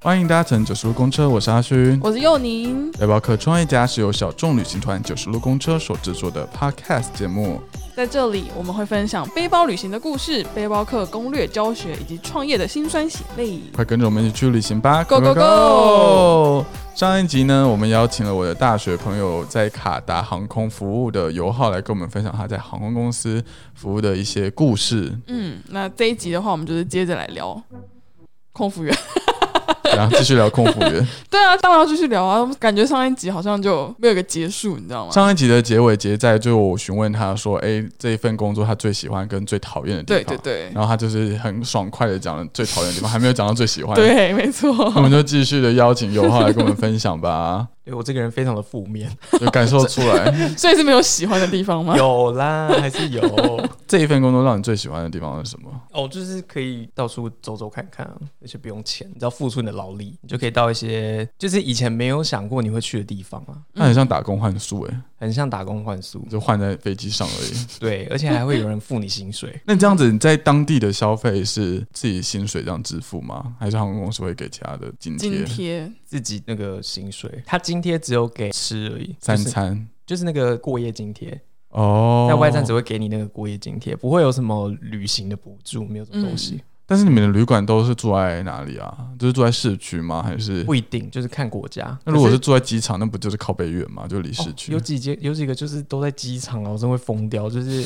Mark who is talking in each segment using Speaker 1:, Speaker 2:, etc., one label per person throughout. Speaker 1: 欢迎搭乘九十路公车，我是阿勋。
Speaker 2: 我是佑宁，
Speaker 1: 背包客创业家是由小众旅行团九十路公车所制作的 Podcast 节目。
Speaker 2: 在这里我们会分享背包旅行的故事、背包客攻略教学以及创业的辛酸喜泪。
Speaker 1: 快跟着我们一起去旅行吧
Speaker 2: Go, go,
Speaker 1: go！上一集呢，我们邀请了我的大学朋友，在卡达航空服务的尤浩来跟我们分享他在航空公司服务的一些故事。
Speaker 2: 嗯，那这一集的话，我们就是接着来聊空服员。
Speaker 1: 然后继续聊空服员。
Speaker 2: 对啊，当然要继续聊啊，感觉上一集好像就没有一个结束，你知道吗？
Speaker 1: 上一集的结尾结在，就我询问他说：“哎、这一份工作他最喜欢跟最讨厌的地
Speaker 2: 对
Speaker 1: 方。”
Speaker 2: 对对
Speaker 1: 然后他就是很爽快的讲了最讨厌的地方，还没有讲到最喜欢。，
Speaker 2: 对，没错。
Speaker 1: 我们就继续的邀请尤浩来跟我们分享吧，
Speaker 3: 对我这个人非常的负面，
Speaker 1: 有感受出来
Speaker 2: 所以是没有喜欢的地方吗？
Speaker 3: 有啦，还是有
Speaker 1: 这一份工作让你最喜欢的地方是什么？
Speaker 3: 哦，就是可以到处走走看看，而且不用钱，你只要付出你的劳力，你就可以到一些就是以前没有想过你会去的地方啊，
Speaker 1: 那很像打工换宿哎、
Speaker 3: 很像打工换宿，
Speaker 1: 就换在飞机上而 已。。
Speaker 3: 对，而且还会有人付你薪水
Speaker 1: 那这样子你在当地的消费是自己薪水这样支付吗？还是航空公司会给其他的津
Speaker 2: 津
Speaker 1: 贴？
Speaker 2: 贴
Speaker 3: 自己那个薪水，他津贴只有给吃而已，
Speaker 1: 三
Speaker 3: 就是
Speaker 1: 餐
Speaker 3: 就是那个过夜津贴，
Speaker 1: 哦，
Speaker 3: 在外站只会给你那个过夜津贴，不会有什么旅行的补助，没有这种东西，
Speaker 1: 但是你们的旅馆都是住在哪里啊？就是住在市区吗？还是
Speaker 3: 不一定，就是看国家。
Speaker 1: 那如果
Speaker 3: 可
Speaker 1: 是住在机场，那不就是靠北远吗？就离市区、
Speaker 3: 哦有几节有几个就是都在机场啊，我真会疯 掉。就是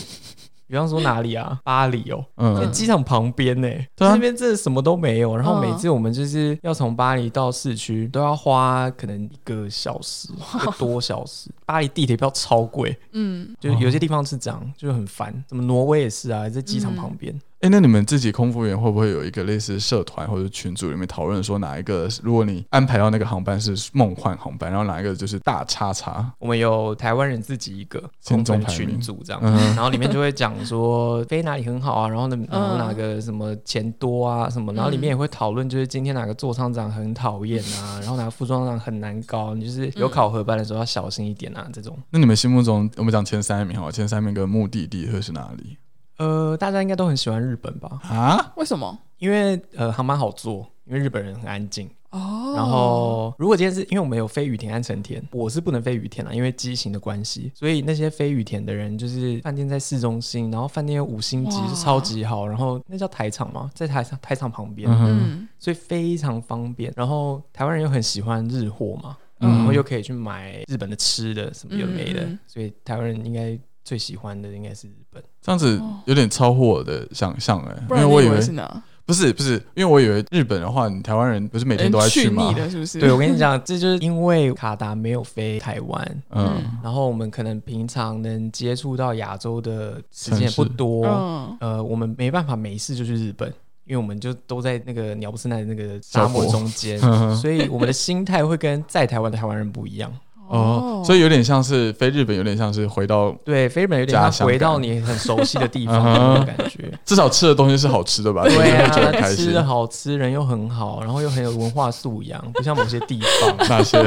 Speaker 3: 比方说哪里啊，巴黎哦，在
Speaker 1: 嗯
Speaker 2: 嗯
Speaker 3: 机场旁边欸呢、
Speaker 1: 对啊
Speaker 3: 这边真的什么都没有。然后
Speaker 2: 嗯
Speaker 3: 每次我们就是要从巴黎到市区，都要花可能一个小时、一个多小时。巴黎地铁票超贵，
Speaker 2: 嗯，
Speaker 3: 就有些地方是这样，就很烦。什么挪威也是啊，在机场旁边。
Speaker 1: 哎、那你们自己空服员会不会有一个类似社团或者群组里面讨论说哪一个？如果你安排到那个航班是梦幻航班，然后哪一个就是大叉叉？
Speaker 3: 我们有台湾人自己一个
Speaker 1: 先
Speaker 3: 空
Speaker 1: 中
Speaker 3: 乘
Speaker 1: 排名
Speaker 3: 群组这样，
Speaker 1: 嗯
Speaker 3: 然后里面就会讲说飞哪里很好啊，然后呢，然后哪个什么钱多啊什么，然后里面也会讨论就是今天哪个座舱长很讨厌
Speaker 1: 嗯
Speaker 3: 啊，然后哪个副座舱长很难搞，你就是有考核班的时候要小心一点啊这种。
Speaker 1: 那你们心目中，我们讲前三名好了，前三名跟目的地会是哪里
Speaker 3: 呃，大家应该都很喜欢日本吧，
Speaker 1: 啊？
Speaker 2: 为什么？
Speaker 3: 因为呃航班好坐，因为日本人很安静。
Speaker 2: 哦，
Speaker 3: 然后，如果今天是因为我们有飞羽田、安成田，我是不能飞羽田啦，啊因为机型的关系，所以那些飞羽田的人，就是饭店在市中心，然后饭店有五星级，
Speaker 2: 哇
Speaker 3: 就超级好，然后那叫台场嘛，在台场台场旁边，
Speaker 1: 嗯哼，
Speaker 2: 嗯
Speaker 3: 所以非常方便。然后台湾人又很喜欢日货嘛，
Speaker 1: 嗯
Speaker 3: 然后又可以去买日本的吃的什么有的没的
Speaker 2: 嗯嗯嗯，
Speaker 3: 所以台湾人应该最喜欢的应该是日本。
Speaker 1: 这样子有点超乎我的想象哎、
Speaker 2: 哦不
Speaker 1: 因为
Speaker 2: 然
Speaker 1: 我
Speaker 2: 你
Speaker 1: 以
Speaker 2: 以
Speaker 1: 为
Speaker 2: 为是哪？
Speaker 1: 不是不是，因为我以为日本的话，你台湾人不是每天都在去
Speaker 2: 哎去
Speaker 1: 吗
Speaker 2: 腻？的是不是？
Speaker 3: 对我跟你讲，这就是因为卡达没有飞台湾，
Speaker 1: 嗯，
Speaker 3: 然后我们可能平常能接触到亚洲的时间也不多，
Speaker 2: 嗯，
Speaker 3: 呃，我们没办法没事就去日本，因为我们就都在那个鸟不生蛋的那个沙漠中间
Speaker 2: 嗯
Speaker 1: 呵呵，
Speaker 3: 所以我们的心态会跟在台湾的台湾人不一样。
Speaker 1: 哦，所
Speaker 2: 以
Speaker 1: 以有点像是飞日本，有点像是回到
Speaker 3: 对，飞日本有点
Speaker 1: 家
Speaker 3: 像
Speaker 1: 乡
Speaker 3: 回到
Speaker 1: 感
Speaker 3: 你很熟悉的地
Speaker 1: 嗯
Speaker 3: 方
Speaker 1: 哼
Speaker 3: 的那种感觉。
Speaker 1: 至少吃的东西是好吃的吧？
Speaker 3: 对
Speaker 1: 所以就很
Speaker 3: 啊，
Speaker 1: 开
Speaker 3: 吃
Speaker 1: 心
Speaker 3: 的。好吃，人又很好，然后又很有文化素养，不像某些地方。
Speaker 1: 哪些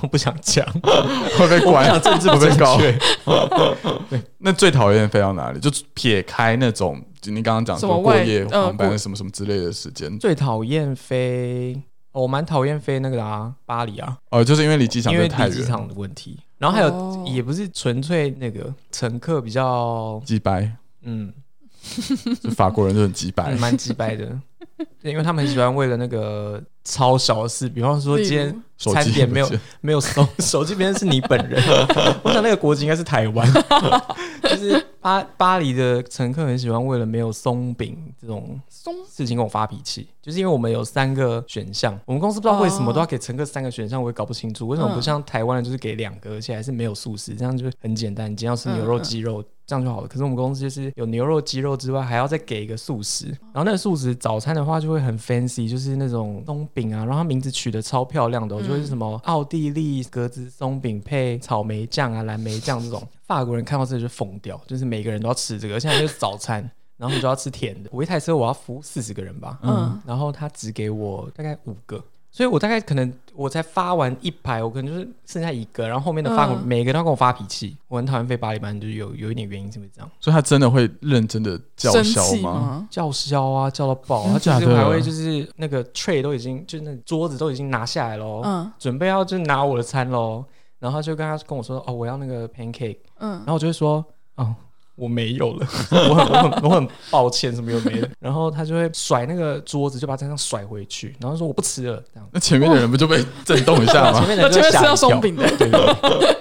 Speaker 3: 我不想讲，
Speaker 1: 会被
Speaker 3: 我不
Speaker 1: 关？
Speaker 3: 想政治不
Speaker 1: 会被
Speaker 3: 正
Speaker 1: 告
Speaker 3: 确。
Speaker 1: 那最讨厌飞到哪里？就撇开那种就你刚刚讲
Speaker 2: 什
Speaker 1: 说
Speaker 2: 么
Speaker 1: 过
Speaker 2: 外
Speaker 1: 夜
Speaker 2: 呃
Speaker 1: 航班
Speaker 2: 过
Speaker 1: 什么什么之类的时间，
Speaker 3: 最讨厌飞，哦我蛮讨厌飞那个的啊，巴黎啊。
Speaker 1: 哦，就是因为离机场
Speaker 3: 因
Speaker 1: 真
Speaker 3: 为
Speaker 1: 的太
Speaker 3: 离机
Speaker 1: 远，
Speaker 3: 场的问题，然后还有、
Speaker 2: 哦
Speaker 3: 也不是纯粹那个乘客比较，
Speaker 1: 鸡掰，
Speaker 3: 嗯，
Speaker 1: 就法国人就很鸡掰
Speaker 3: 嗯。蛮鸡掰的，对，因为他们很喜欢为了那个超小的事，比方说
Speaker 2: 例如
Speaker 3: 今天
Speaker 1: 手
Speaker 3: 餐
Speaker 1: 机
Speaker 3: 点没有
Speaker 1: 不见
Speaker 3: 没有手手机边是你本人，我想那个国籍应该是台湾，就是巴巴黎的乘客很喜欢为了没有松饼这种
Speaker 2: 松
Speaker 3: 事情跟我发脾气，就是因为我们有三个选项，我们公司不知道为什么都要给乘客三个选项，我也搞不清楚为什么不像台湾的就是给两个，而且还是没有素食，这样就很简单。你今天要吃牛肉、
Speaker 2: 嗯嗯
Speaker 3: 鸡肉，这样就好了。可是我们公司就是有牛肉、鸡肉之外，还要再给一个素食，然后那个素食早餐的话就会很 fancy，就是那种松饼啊，然后它名字取得超漂亮的哦、
Speaker 2: 嗯
Speaker 3: 就是什么奥地利格子松饼配草莓酱啊、蓝莓酱这种。法国人看到这个就疯掉，就是每个人都要吃这个，而且它就是早餐。然后我们就要吃甜的。我一台车我要服四十个人吧，
Speaker 2: 嗯
Speaker 3: 然后他只给我大概五个，所以我大概可能我才发完一排，我可能就是剩下一个，然后后面的发、
Speaker 2: 嗯
Speaker 3: 每个都要跟我发脾气，我很讨厌被巴黎班，就是有有一点原因是不是这样？
Speaker 1: 所以他真的会认真的叫
Speaker 2: 生
Speaker 1: 嚣
Speaker 2: 气
Speaker 1: 吗？
Speaker 2: 吗？
Speaker 3: 叫嚣啊，叫到爆，
Speaker 1: 真的假
Speaker 3: 他就是
Speaker 1: 的
Speaker 3: 还会就是那个 tray 都已经就是那桌子都已经拿下来喽，
Speaker 2: 嗯
Speaker 3: 准备要就是拿我的餐喽，然后他就跟他跟我说哦，我要那个 pancake，
Speaker 2: 嗯
Speaker 3: 然，后我就会说哦。我没有了， 我很我很我很抱歉，什么有没的。然后他就会甩那个桌子，就把它这样甩回去，然后说我不吃了，这样。
Speaker 1: 那前面的人不就被震动一下
Speaker 3: 前
Speaker 1: 吗？
Speaker 3: 面的
Speaker 2: 啊那
Speaker 3: 人就
Speaker 2: 前
Speaker 3: 会
Speaker 2: 面吃
Speaker 3: 吓
Speaker 2: 到
Speaker 3: 一跳
Speaker 2: 松，饼的，
Speaker 3: 对对对，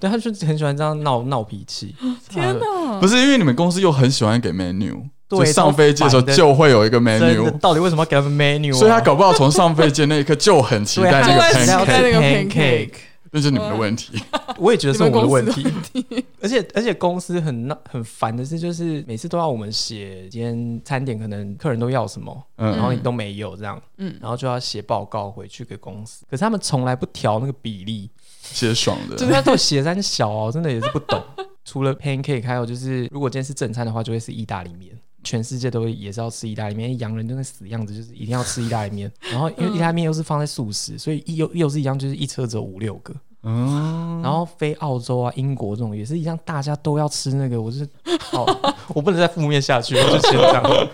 Speaker 3: 对他就是很喜欢这样闹闹脾气。
Speaker 2: 天 哪！
Speaker 1: 不是因为你们公司又很喜欢给 menu，
Speaker 3: 对
Speaker 1: 就上飞机的时候
Speaker 3: 超烦的
Speaker 1: 就会有一个
Speaker 3: 真的，
Speaker 1: menu，
Speaker 3: 到底为什么要给他们 menu？、啊、
Speaker 1: 所以他搞不好从上飞机那一刻就很期待
Speaker 3: 对啊
Speaker 1: 那
Speaker 2: 就
Speaker 1: 个
Speaker 2: 在
Speaker 3: 他
Speaker 2: 期
Speaker 3: 就
Speaker 1: pancake，
Speaker 2: 待那个
Speaker 3: pancake
Speaker 2: pancake，
Speaker 1: 那就是你们的问题。
Speaker 3: 我也觉得是我的问题
Speaker 2: 你，
Speaker 3: 而且而且公司很闹很烦的是，就是每次都要我们写今天餐点可能客人都要什么，然
Speaker 1: 嗯，
Speaker 3: 后你都没有这样，
Speaker 2: 嗯，
Speaker 3: 然后就要写报告回去给公司。可是他们从来不调那个比例，
Speaker 1: 写爽
Speaker 3: 就是
Speaker 1: 的，
Speaker 3: 他都写三小哦，真的也是不懂。 除了 pancake，还有就是如果今天是正餐的话，就会是意大利面。全世界都也是要吃意大利面，因为洋人就那死样子，就是一定要吃意大利面。 然后因为意大利面又是放在素食，所以一又又是一样，就是一车只有五六个。
Speaker 1: 嗯，
Speaker 3: 然后飞澳洲啊、英国这种也是一样，大家都要吃那个。我就是，哦， 我不能再负面下去，我就先这样。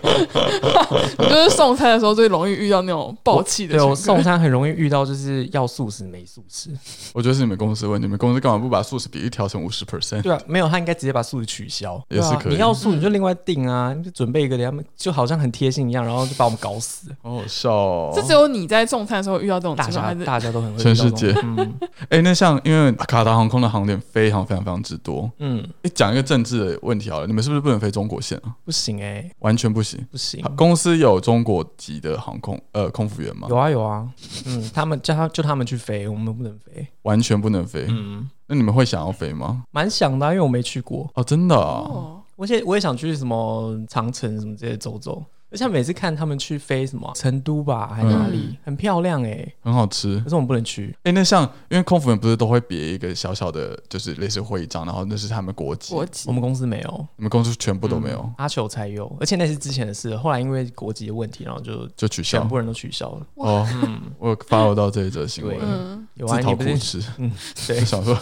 Speaker 2: 你就是送餐的时候最容易遇到那种暴气的
Speaker 3: 对
Speaker 2: 乘客。
Speaker 3: 我送餐很容易遇到，就是要素食没素食。
Speaker 1: 我觉得是你们公司的问题，你们公司干嘛不把素食比例调 成五十 percent？
Speaker 3: 对啊，没有他应该直接把素食取消，
Speaker 1: 也是
Speaker 3: 对啊
Speaker 1: 可以
Speaker 3: 你要素你就另外订啊，你就准备一个给他们，就好像很贴心一样，然后就把我们搞 死。
Speaker 1: 好好笑哦
Speaker 2: 这！只有你在送餐的时候遇到这种
Speaker 3: 大
Speaker 2: 情况，
Speaker 3: 家
Speaker 2: 还是
Speaker 3: 大家都很会遇到
Speaker 1: 全世
Speaker 3: 这种
Speaker 1: 界
Speaker 3: 嗯
Speaker 1: 哎，那像因为卡达航空的航点非常非常非常之多，
Speaker 3: 嗯，
Speaker 1: 哎，讲一个政治的问题好了，你们是不是不能飞中国线啊？
Speaker 3: 不行哎、
Speaker 1: 完全不行。
Speaker 3: 不行。
Speaker 1: 公司有中国籍的航空呃空服员吗
Speaker 3: 嗯有？啊有啊，嗯，他们叫他就他们去飞，我们不能飞。
Speaker 1: 完全不能飞。
Speaker 3: 嗯，
Speaker 1: 那你们会想要飞吗？
Speaker 3: 蛮想的啊、因为我没去过。
Speaker 1: 哦，真的啊，
Speaker 2: 哦，
Speaker 3: 而且我也想去什么长城什么之类的走走，而且每次看他们去飞什么成都吧，还哪里、
Speaker 2: 嗯
Speaker 3: 很漂亮哎、
Speaker 1: 很好吃。
Speaker 3: 可是我们不能去。
Speaker 1: 哎、那像因为空服员不是都会别一个小小的，就是类似徽章，然后那是他们国籍，
Speaker 2: 国籍
Speaker 3: 我们公司没有，
Speaker 1: 你们公司全部都没有，
Speaker 3: 嗯阿球才有，而且那是之前的事，后来因为国籍的问题，然后就
Speaker 1: 就取
Speaker 3: 全
Speaker 1: 消。
Speaker 3: 部人都取消了。
Speaker 1: 哦，
Speaker 3: 嗯，
Speaker 1: 我有 follow 到这一则新闻，
Speaker 3: 对
Speaker 2: 嗯，
Speaker 3: 有啊，
Speaker 1: 自讨
Speaker 3: 你
Speaker 1: 苦
Speaker 3: 不是
Speaker 1: 吃。
Speaker 3: 嗯，
Speaker 1: 就
Speaker 3: 对，，
Speaker 1: 想说，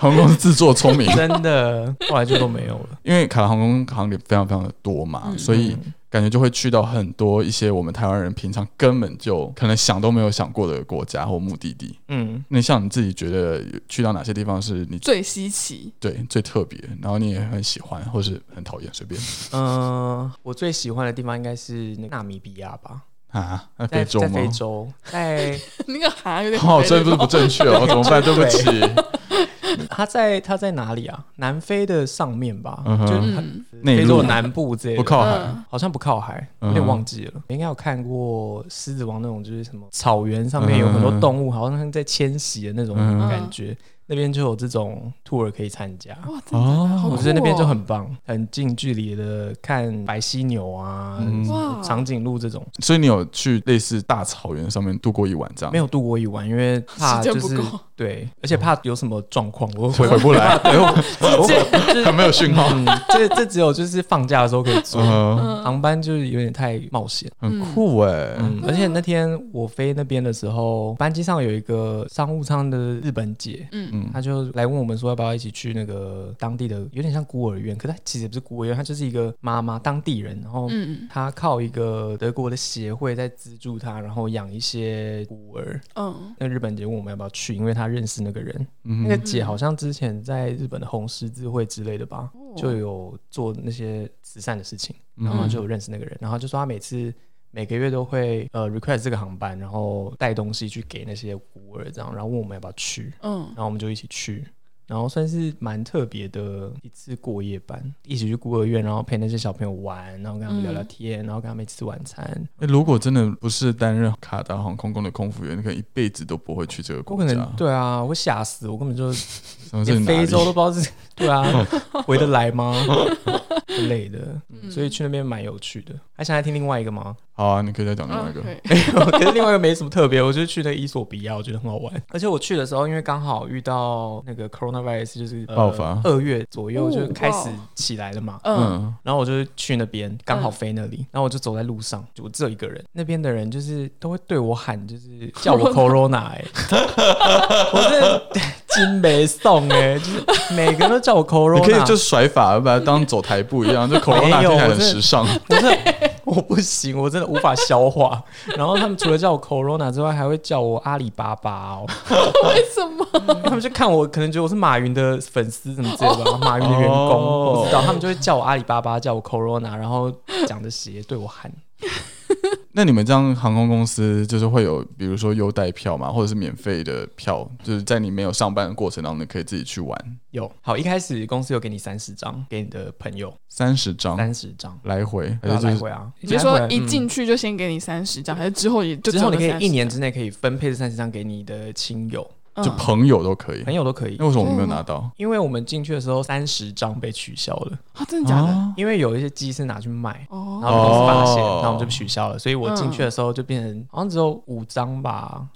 Speaker 1: 航空公司自作聪明
Speaker 3: 真的，后来就都没有 了。
Speaker 1: 因为卡拉航空航点非常非常的多嘛，
Speaker 2: 嗯
Speaker 1: 所以
Speaker 3: 嗯
Speaker 1: 感觉就会去到很多一些我们台湾人平常根本就可能想都没有想过的国家或目的地。
Speaker 3: 嗯，
Speaker 1: 那像你自己觉得去到哪些地方是你
Speaker 2: 最稀奇，
Speaker 1: 对最特别，然后你也很喜欢或是很讨厌，随 便
Speaker 3: 呃我最喜欢的地方应该是那个纳米比亚吧，
Speaker 1: 啊？那
Speaker 3: 在
Speaker 1: 非洲
Speaker 3: 在
Speaker 1: 吗？
Speaker 3: 非洲，在
Speaker 2: 那个行有点
Speaker 1: 好，
Speaker 2: 肥
Speaker 1: 这不是不正确 哦，怎么办？对不起，
Speaker 3: 它在它在哪里啊？南非的上面吧，
Speaker 1: 嗯哼
Speaker 3: 就它
Speaker 2: 嗯，
Speaker 1: 内
Speaker 3: 非洲
Speaker 1: 陆
Speaker 3: 的南部之类的，
Speaker 1: 不靠海，
Speaker 2: 嗯
Speaker 3: 哦好像不靠海，
Speaker 1: 嗯
Speaker 3: 有点忘记了。应该有看过《狮子王》那种，就是什么草原上面有很多动物，好像在迁徙的那种
Speaker 1: 嗯
Speaker 3: 感觉。那边就有这种 tour 可以参加，
Speaker 2: 哇，真的假的，
Speaker 1: 哦
Speaker 2: 好酷哦
Speaker 3: 我觉得那边就很棒，很近距离的看白犀牛啊、
Speaker 1: 嗯
Speaker 3: 什么
Speaker 2: 哇
Speaker 3: 长颈鹿这种。
Speaker 1: 所以你有去类似大草原上面度过一晚这样？
Speaker 3: 没有度过一晚，因为怕
Speaker 2: 时间
Speaker 3: 就
Speaker 2: 不
Speaker 3: 是
Speaker 2: 够
Speaker 3: 对，而且
Speaker 1: 嗯
Speaker 3: 怕有什么状况，我
Speaker 1: 回回不 来，
Speaker 3: 我我就 是
Speaker 1: 还没有讯号，
Speaker 3: 嗯，这这只有就是放假的时候可以做。
Speaker 1: 嗯，
Speaker 3: 航班就是有点太冒险，
Speaker 1: 很酷哎，
Speaker 3: 嗯，而且那天我飞那边的时候，班机上有一个商务舱的日本姐，
Speaker 1: 嗯，
Speaker 3: 她就来问我们说要不要一起去那个当地的，有点像孤儿院，可她其实也不是孤儿院，她就是一个妈妈，当地人，然后
Speaker 2: 嗯
Speaker 3: 她靠一个德国的协会在资助她，然后养一些孤儿。
Speaker 2: 嗯，
Speaker 3: 那日本姐问我们要不要去，因为她认识那个人，那个
Speaker 1: 嗯，
Speaker 3: 姐好像之前在日本的红十字会之类的吧，
Speaker 2: 哦
Speaker 3: 就有做那些慈善的事情。
Speaker 1: 然
Speaker 3: 然后就有认识那个人，然后就说他每次每个月都会呃 request 这个航班，然后带东西去给那些孤儿这样，然后问我们要不要去，
Speaker 2: 嗯
Speaker 3: 然后我们就一起去，然后算是蛮特别的一次过夜班，一起去孤儿院，然后陪那些小朋友玩，然后跟他们聊聊
Speaker 2: 嗯
Speaker 3: 天，然后跟他们一起吃晚餐。
Speaker 1: 欸如果真的不是担任卡达航空公的空服员，你可能一辈子都不会去这个
Speaker 3: 我
Speaker 1: 国
Speaker 3: 可
Speaker 1: 家。
Speaker 3: 能对啊，我吓死，我根本就
Speaker 1: 什么是
Speaker 3: 连
Speaker 1: 哪里
Speaker 3: 非洲都不知道是对啊， 回
Speaker 2: 嗯
Speaker 3: 得来吗 之类的，所以去那边蛮有趣的。还想来听另外一个吗？
Speaker 1: 好啊，你可以再讲另外
Speaker 2: 嗯
Speaker 1: 一个。
Speaker 2: 可以
Speaker 3: 可是另外一个没什么特别，我就是去那个伊索比亚，我觉得很好玩。而且我去的时候，因为刚好遇到那个 coronavirus，就是、呃
Speaker 1: 爆发
Speaker 3: 二月左右
Speaker 2: 哦
Speaker 3: 就开始
Speaker 2: 哇
Speaker 3: 起来了嘛。
Speaker 2: 嗯
Speaker 1: 嗯，
Speaker 3: 然后我就去那边，刚好飞那里，然后我就走在路上，就我只有一个人，那边的人就是都会对我喊， 就是叫我 corona，哎、 我真的金没送哎、就是每个都叫我 corona，
Speaker 1: 你可以就甩法，把它当走台步一样，就 corona
Speaker 3: 没
Speaker 1: 听
Speaker 3: 有
Speaker 1: 起来
Speaker 3: 我
Speaker 1: 很
Speaker 3: 真的
Speaker 1: 时尚。
Speaker 3: 我真的我不行，我真的无法消化。然后他们除了叫我 Corona 之外，还会叫我阿里巴巴哦。
Speaker 2: 为什么？
Speaker 3: 他们就看我，可能觉得我是马云的粉丝什么之类的吧，马云的员工，
Speaker 1: 哦
Speaker 3: 我不知道。他们就会叫我阿里巴巴，叫我 Corona，然后讲着邪对我喊。
Speaker 1: 那你们这样航空公司就是会有，比如说优待票嘛，或者是免费的票，就是在你没有上班的过程当中，你可以自己去玩
Speaker 3: 有好，一开始公司有给你三十张，给你的朋友
Speaker 1: 三十张
Speaker 3: 三十张，
Speaker 1: 来回，
Speaker 3: 对啊
Speaker 1: 还是哦就
Speaker 3: 来
Speaker 1: 是
Speaker 3: 回啊。
Speaker 2: 你是说
Speaker 3: 来回
Speaker 2: 一
Speaker 3: 嗯
Speaker 2: 进去就先给你三十张，还是之后也就
Speaker 3: 之后，
Speaker 2: 只
Speaker 3: 你
Speaker 2: 有
Speaker 3: 可以
Speaker 2: 30
Speaker 3: 一年之内可以分配这三十张给你的亲友、
Speaker 2: 张
Speaker 1: 就
Speaker 2: 嗯
Speaker 1: 朋友都可以
Speaker 3: 朋。友都可以
Speaker 1: 那。为什么我没有拿到？
Speaker 3: 因为我们进去的时候，三十张被取消了，
Speaker 2: 啊，真的假的？
Speaker 1: 啊
Speaker 3: 因为有一些机是拿去卖。
Speaker 2: 哦，
Speaker 3: 然后公司发现，
Speaker 1: 哦
Speaker 3: 那、我们就取消了。所以我进去的时候就变成好像只有五张吧，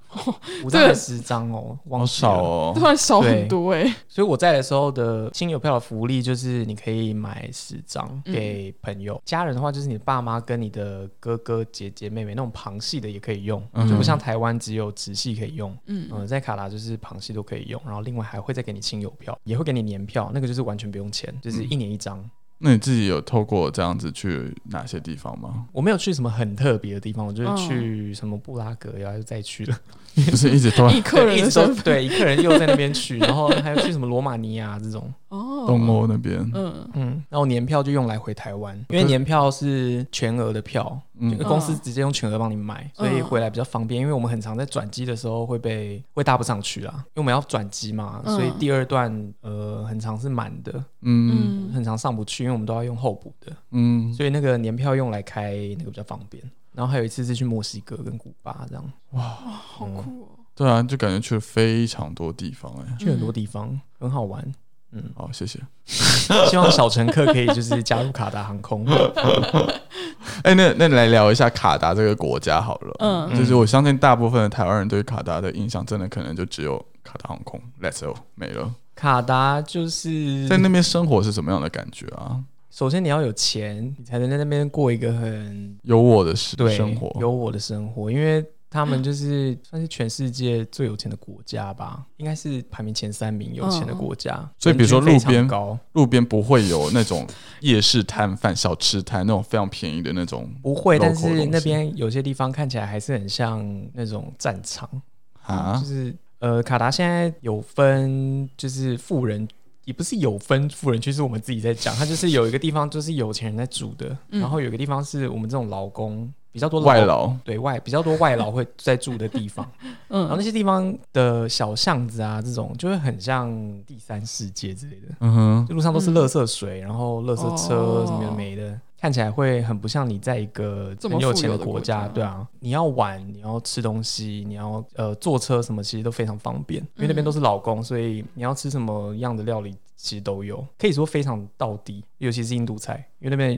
Speaker 3: 五张
Speaker 2: 这个
Speaker 3: 还是十张哦，忘
Speaker 1: 好
Speaker 3: 记了
Speaker 1: 少。哦
Speaker 2: 突。然少很多哎、
Speaker 3: 所以我在的时候的亲友票的福利就是你可以买十张
Speaker 2: 嗯
Speaker 3: 给朋友，家人的话就是你爸妈跟你的哥哥姐姐妹妹那种旁系的也可以用，
Speaker 1: 嗯
Speaker 3: 就不像台湾只有直系可以用。
Speaker 2: 嗯
Speaker 3: 嗯、在卡达就是旁系都可以用，然后另外还会再给你亲友票，也会给你年票，那个就是完全不用钱，就是一年一张。
Speaker 1: 那你自己有透过这样子去哪些地方吗？
Speaker 3: 我没有去什么很特别的地方，我就
Speaker 2: 嗯
Speaker 3: 是去什么布拉格呀，就再去了。
Speaker 1: 不是一直都
Speaker 2: 以客人
Speaker 3: 对一
Speaker 2: 的
Speaker 3: 直都
Speaker 2: 身份
Speaker 3: 对，一个人又在那边去，然后还有去什么罗马尼亚这种，
Speaker 2: 哦，
Speaker 1: 东欧那边？
Speaker 2: 嗯
Speaker 3: 嗯，然后年票就用来回台湾，因为年票是全额的票，
Speaker 1: 嗯
Speaker 3: 就公司直接用全额帮你买，所以回来比较方便。因为我们很常在转机的时候会被会搭不上去啦，因为我们要转机嘛，
Speaker 2: 嗯
Speaker 3: 所以第二段呃很常是满的，
Speaker 1: 嗯
Speaker 2: 嗯，
Speaker 3: 很常上不去，因为我们都要用候补的，
Speaker 1: 嗯，
Speaker 3: 所以那个年票用来开那个比较方便。然后还有一次是去墨西哥跟古巴这样，
Speaker 2: 好酷哦。
Speaker 1: 对啊，就感觉去了非常多地方哎。
Speaker 3: 去很
Speaker 2: 嗯
Speaker 3: 多地方，很好玩。嗯
Speaker 1: 好，谢谢。
Speaker 3: 希望小乘客可以就是加入卡达航空。
Speaker 1: 哎、那那来聊一下卡达这个国家好了。
Speaker 2: 嗯
Speaker 1: 就是我相信大部分的台湾人对卡达的印象，真的可能就只有卡达航空，Let's go 没了。
Speaker 3: 卡达就是
Speaker 1: 在那边生活是什么样的感觉啊？
Speaker 3: 首先你要有钱，你才能在那边过一个很
Speaker 1: 有我的生
Speaker 3: 对
Speaker 1: 生活，嗯
Speaker 3: 有我的生活，因为他们就是算是全世界最有钱的国家吧，应该是排名前三名有钱的国家。
Speaker 1: 哦所以比如说
Speaker 3: 人均
Speaker 1: 路边
Speaker 3: 非常高，
Speaker 1: 路边不会有那种夜市摊贩、小吃摊那种非常便宜的那种
Speaker 3: 不会，但
Speaker 1: local 的东
Speaker 3: 是
Speaker 1: 西
Speaker 3: 那边有些地方看起来还是很像那种战场，
Speaker 1: 啊
Speaker 3: 就。是呃，卡达现在有分，就是富人。也不是有分富人区，是我们自己在讲。它就是有一个地方就是有钱人在住的，
Speaker 2: 嗯
Speaker 3: 然后有一个地方是我们这种劳工比较多
Speaker 1: 外
Speaker 3: 劳
Speaker 1: 劳，
Speaker 3: 对外比较多外劳会在住的 地方，然后
Speaker 2: 嗯
Speaker 3: 那些地方的小巷子啊，这种就会很像第三世界之类的，
Speaker 1: 嗯哼，
Speaker 3: 就路上都是垃圾水，然后垃圾车
Speaker 2: 哦
Speaker 3: 什么的没的，看起来会很不像你在一个
Speaker 2: 这么
Speaker 3: 很有钱的国
Speaker 2: 富有的
Speaker 3: 家，
Speaker 2: 国家
Speaker 3: 对啊，你要玩，你要吃东西，你要呃坐车什么，其实都非常方便，因为那边都是老公，所以你要吃什么样的料理其实都有，可以说非常到底，尤其是印度菜，因为那边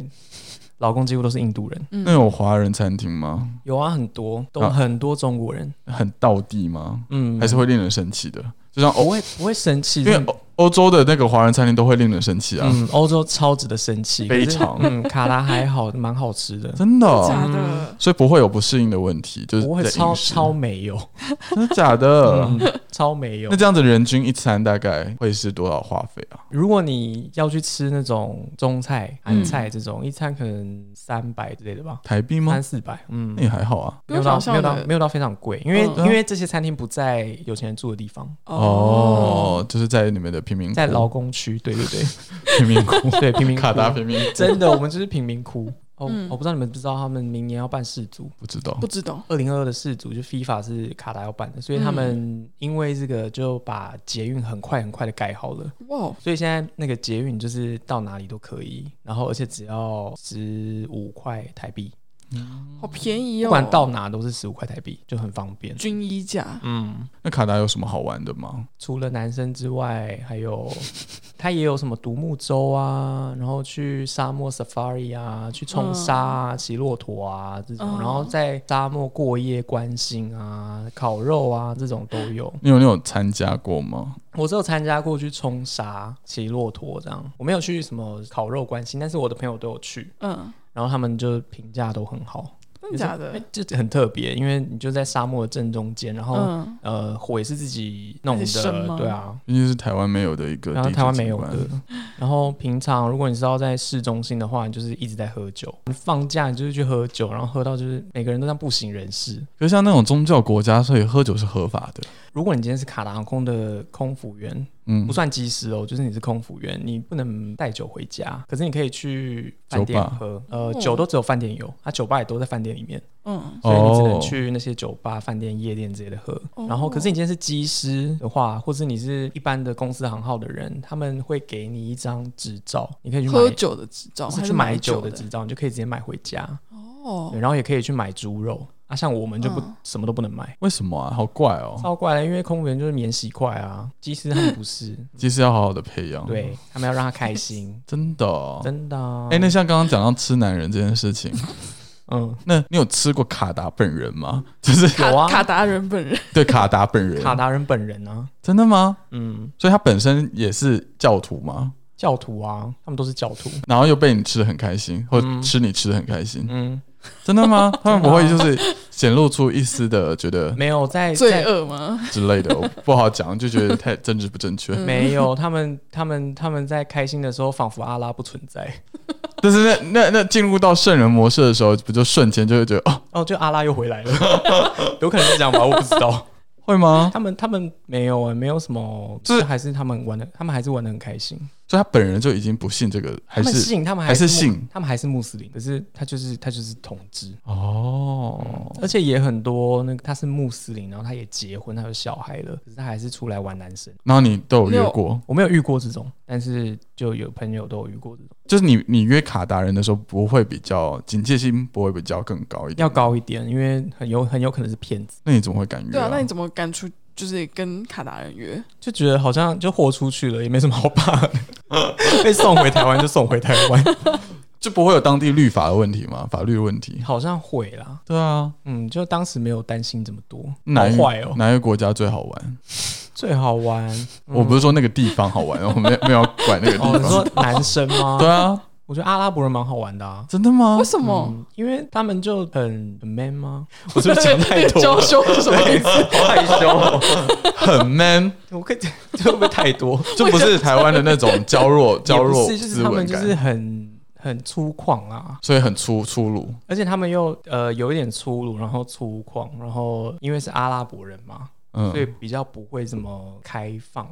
Speaker 3: 老公几乎都是印度人，
Speaker 2: 嗯
Speaker 1: 那有华人餐厅吗？
Speaker 3: 有啊，很多都
Speaker 1: 啊
Speaker 3: 很多中国人。
Speaker 1: 很道地吗？
Speaker 3: 嗯，
Speaker 1: 还是会令人生气的？就像
Speaker 3: 不
Speaker 1: 欧，
Speaker 3: 会不会生气，
Speaker 1: 因为
Speaker 3: 真的
Speaker 1: 欧欧洲的那个华人餐厅都会令人生气啊，
Speaker 3: 嗯，欧洲超值得生气，
Speaker 1: 非
Speaker 3: 可是
Speaker 1: 常
Speaker 3: 嗯，卡拉还好，蛮好吃的，
Speaker 1: 真的哦、
Speaker 2: 假
Speaker 3: 嗯
Speaker 2: 的，
Speaker 1: 所以不会有不适应的问题，就是
Speaker 3: 不会
Speaker 1: 在
Speaker 3: 超
Speaker 1: 饮食
Speaker 3: 超没有，
Speaker 1: 真的假的？
Speaker 3: 嗯，超没有
Speaker 1: 那。这样子人均一餐大概会是多少花费啊？
Speaker 3: 如果你要去吃那种中菜、
Speaker 2: 嗯
Speaker 3: 韩菜这种，一餐可能三百之类的吧，
Speaker 1: 台币吗
Speaker 3: 三？四百，嗯
Speaker 1: 那。也还好啊。
Speaker 2: 不
Speaker 3: 没有
Speaker 2: 用
Speaker 3: 到
Speaker 2: 想
Speaker 3: 没有
Speaker 2: 象
Speaker 3: 到
Speaker 2: 的
Speaker 3: 没有到非常贵，因为、
Speaker 2: 嗯
Speaker 3: 因为这些餐厅不在有钱人住的地方，
Speaker 1: 哦，就是在你们的贫民窟，
Speaker 3: 在劳工区，对对对
Speaker 1: 贫民窟，
Speaker 3: 对，贫民窟
Speaker 1: 嗯卡达贫民窟，
Speaker 3: 真的，我们就是贫民窟。哦，
Speaker 2: 嗯
Speaker 3: 我不知道你们知不知道，他们明年要办世足，
Speaker 1: 不知道
Speaker 2: 不知道
Speaker 3: 二零二二的世足就 FIFA 是卡达要办的，所以他们因为这个就把捷运很快很快的盖好了。
Speaker 2: 哇，
Speaker 3: 所以现在那个捷运就是到哪里都可以，然后而且只要十五块台币，
Speaker 2: 好便宜哦，
Speaker 3: 不管到哪都是十五块台币，就很方便。
Speaker 2: 军衣价，
Speaker 3: 嗯，
Speaker 1: 那卡达有什么好玩的吗？
Speaker 3: 除了男生之外，还有它也有什么独木舟啊，然后去沙漠 safari 啊，去冲沙啊、骑骆驼啊这种，
Speaker 2: 嗯
Speaker 3: 然后在沙漠过夜观星啊、烤肉啊这种都有。
Speaker 1: 你有你有参加过吗？
Speaker 3: 我只有参加过去冲沙、骑骆驼这样，我没有去什么烤肉观星，但是我的朋友都有去，
Speaker 2: 嗯，
Speaker 3: 然后他们就评价都很好，
Speaker 2: 真的假的
Speaker 3: 哎？就很特别，因为你就在沙漠的正中间，然后、
Speaker 2: 嗯，
Speaker 3: 呃火也是自己弄
Speaker 2: 自己生吗
Speaker 3: 的，对啊，
Speaker 1: 毕竟是台湾没有的一个，
Speaker 3: 然后台湾没有的。然后平常如果你是要在市中心的话，你就是一直在喝酒。你放假你就是去喝酒，然后喝到就是每个人都像不省人事。
Speaker 1: 可是像那种宗教国家，所以喝酒是合法的。
Speaker 3: 如果你今天是卡达航空的空服员，
Speaker 1: 嗯
Speaker 3: 不，算机师哦，就是你是空服员，你不能带酒回家，可是你可以去饭店
Speaker 1: 酒吧
Speaker 3: 喝。呃
Speaker 2: 哦，
Speaker 3: 酒都只有饭店有，啊，酒吧也都在饭店里面，
Speaker 2: 嗯，
Speaker 3: 所以你只能
Speaker 1: 哦
Speaker 3: 去那些酒吧、饭店、夜店之类的喝。
Speaker 2: 哦
Speaker 3: 然后，可是你今天是机师的话，或是你是一般的公司行号的人，他们会给你一张执照，你可以去买
Speaker 2: 嗯喝酒的执照
Speaker 3: 不
Speaker 2: 还
Speaker 3: 是
Speaker 2: 是
Speaker 3: 去买
Speaker 2: 酒
Speaker 3: 酒的执照，你就可以直接买回家，
Speaker 2: 哦
Speaker 3: 对，然后也可以去买猪肉啊。像我们就不、
Speaker 2: 嗯
Speaker 3: 什么都不能买，
Speaker 1: 为什么啊？好怪哦！
Speaker 3: 超怪了，因为空服员就是免洗筷啊，技师他们不是，
Speaker 1: 其实要好好的培养。，，
Speaker 3: 对他们要让他开心
Speaker 1: 真的、哦。
Speaker 3: 真的、啊。
Speaker 1: 哎、那像刚刚讲到吃男人这件事情，
Speaker 3: 嗯，
Speaker 1: 那你有吃过卡达本人吗？ 就是
Speaker 3: 有
Speaker 2: 卡
Speaker 3: 啊
Speaker 2: 卡达人本人，
Speaker 1: 对卡达本人，
Speaker 3: 卡达人本人啊，
Speaker 1: 真的吗？
Speaker 3: 嗯，
Speaker 1: 所以他本身也是教徒吗？
Speaker 3: 教徒啊，他们都是教徒，
Speaker 1: 然后又被你吃的很开心，或
Speaker 3: 嗯
Speaker 1: 吃你吃的很开心，
Speaker 3: 嗯，
Speaker 1: 真的 吗？他们不会
Speaker 3: 真
Speaker 1: 就是显露出一丝的觉得
Speaker 3: 没有在
Speaker 2: 罪
Speaker 3: 哎在。
Speaker 2: 恶吗？
Speaker 1: 之类的，我不好讲，就觉得太政治不正确。
Speaker 2: 嗯
Speaker 3: 没有， 他们他们他们在开心的时候，仿佛阿拉不存在。
Speaker 1: 但是那那那进入到圣人模式的时候，不就瞬间就会觉得哦，
Speaker 3: 哦，就阿拉又回来了， 有可能是这样吧，我不知道。
Speaker 1: 会吗？
Speaker 3: 他们他们没有啊、没有什么，
Speaker 1: 就是
Speaker 3: 还是他们玩的，他们还是玩的很开心。
Speaker 1: 所以他本人就已经不信这个，还
Speaker 3: 他们
Speaker 1: 是
Speaker 3: 信，他们
Speaker 1: 还是
Speaker 3: 是穆
Speaker 1: 信
Speaker 3: 他们还是穆斯林，可是他就是他就是同志，
Speaker 1: 哦，
Speaker 3: 而且也很多那个他是穆斯林，然后他也结婚，他有小孩了，可是他还是出来玩男生。
Speaker 1: 然后你都有约过，
Speaker 3: 我没有遇过这种，但是就有朋友都有遇过这种，
Speaker 1: 就是你你约卡达人的时候，不会比较警戒心不会比较更高一点？
Speaker 3: 要高一点，因为很有很有可能是骗子，
Speaker 1: 那你怎么会敢约、
Speaker 2: 对啊，那你怎么敢出？就是跟卡达人约，
Speaker 3: 就觉得好像就豁出去了，也没什么好怕的， 被送回台湾就送回台湾，
Speaker 1: 就不会有当地律法的问题吗？法律问题？
Speaker 3: 好像会啦，
Speaker 1: 对啊，
Speaker 3: 嗯，就当时没有担心这么多，好
Speaker 1: 哪一
Speaker 3: 坏哦，
Speaker 1: 哪一个国家最好玩？
Speaker 3: 最好 玩，
Speaker 1: 我不是说那个地方好玩，我没有没有管那个地
Speaker 3: 嗯哦，你
Speaker 1: 方。
Speaker 3: 说男生吗？
Speaker 1: 对啊，
Speaker 3: 我觉得阿拉伯人蛮好玩的啊。
Speaker 1: 真的吗
Speaker 2: 为？什么？
Speaker 3: 嗯，因为他们就很很 man 吗？ 我是不是讲 太 多
Speaker 2: 娇
Speaker 3: 了？
Speaker 2: 羞是什么意思？
Speaker 3: 好害羞哦、
Speaker 1: 很 man，
Speaker 3: 我可以这会不会太 多？
Speaker 1: 就不是台湾的那种娇弱娇弱
Speaker 3: 也不是就是
Speaker 1: 斯
Speaker 3: 他
Speaker 1: 文
Speaker 3: 们
Speaker 1: 感，
Speaker 3: 就是很很粗犷啊，
Speaker 1: 所以很粗粗鲁。
Speaker 3: 而且他们又呃有一点粗鲁，然后粗犷，然后因为是阿拉伯人嘛，所以
Speaker 1: 嗯
Speaker 3: 比较不会这么开放，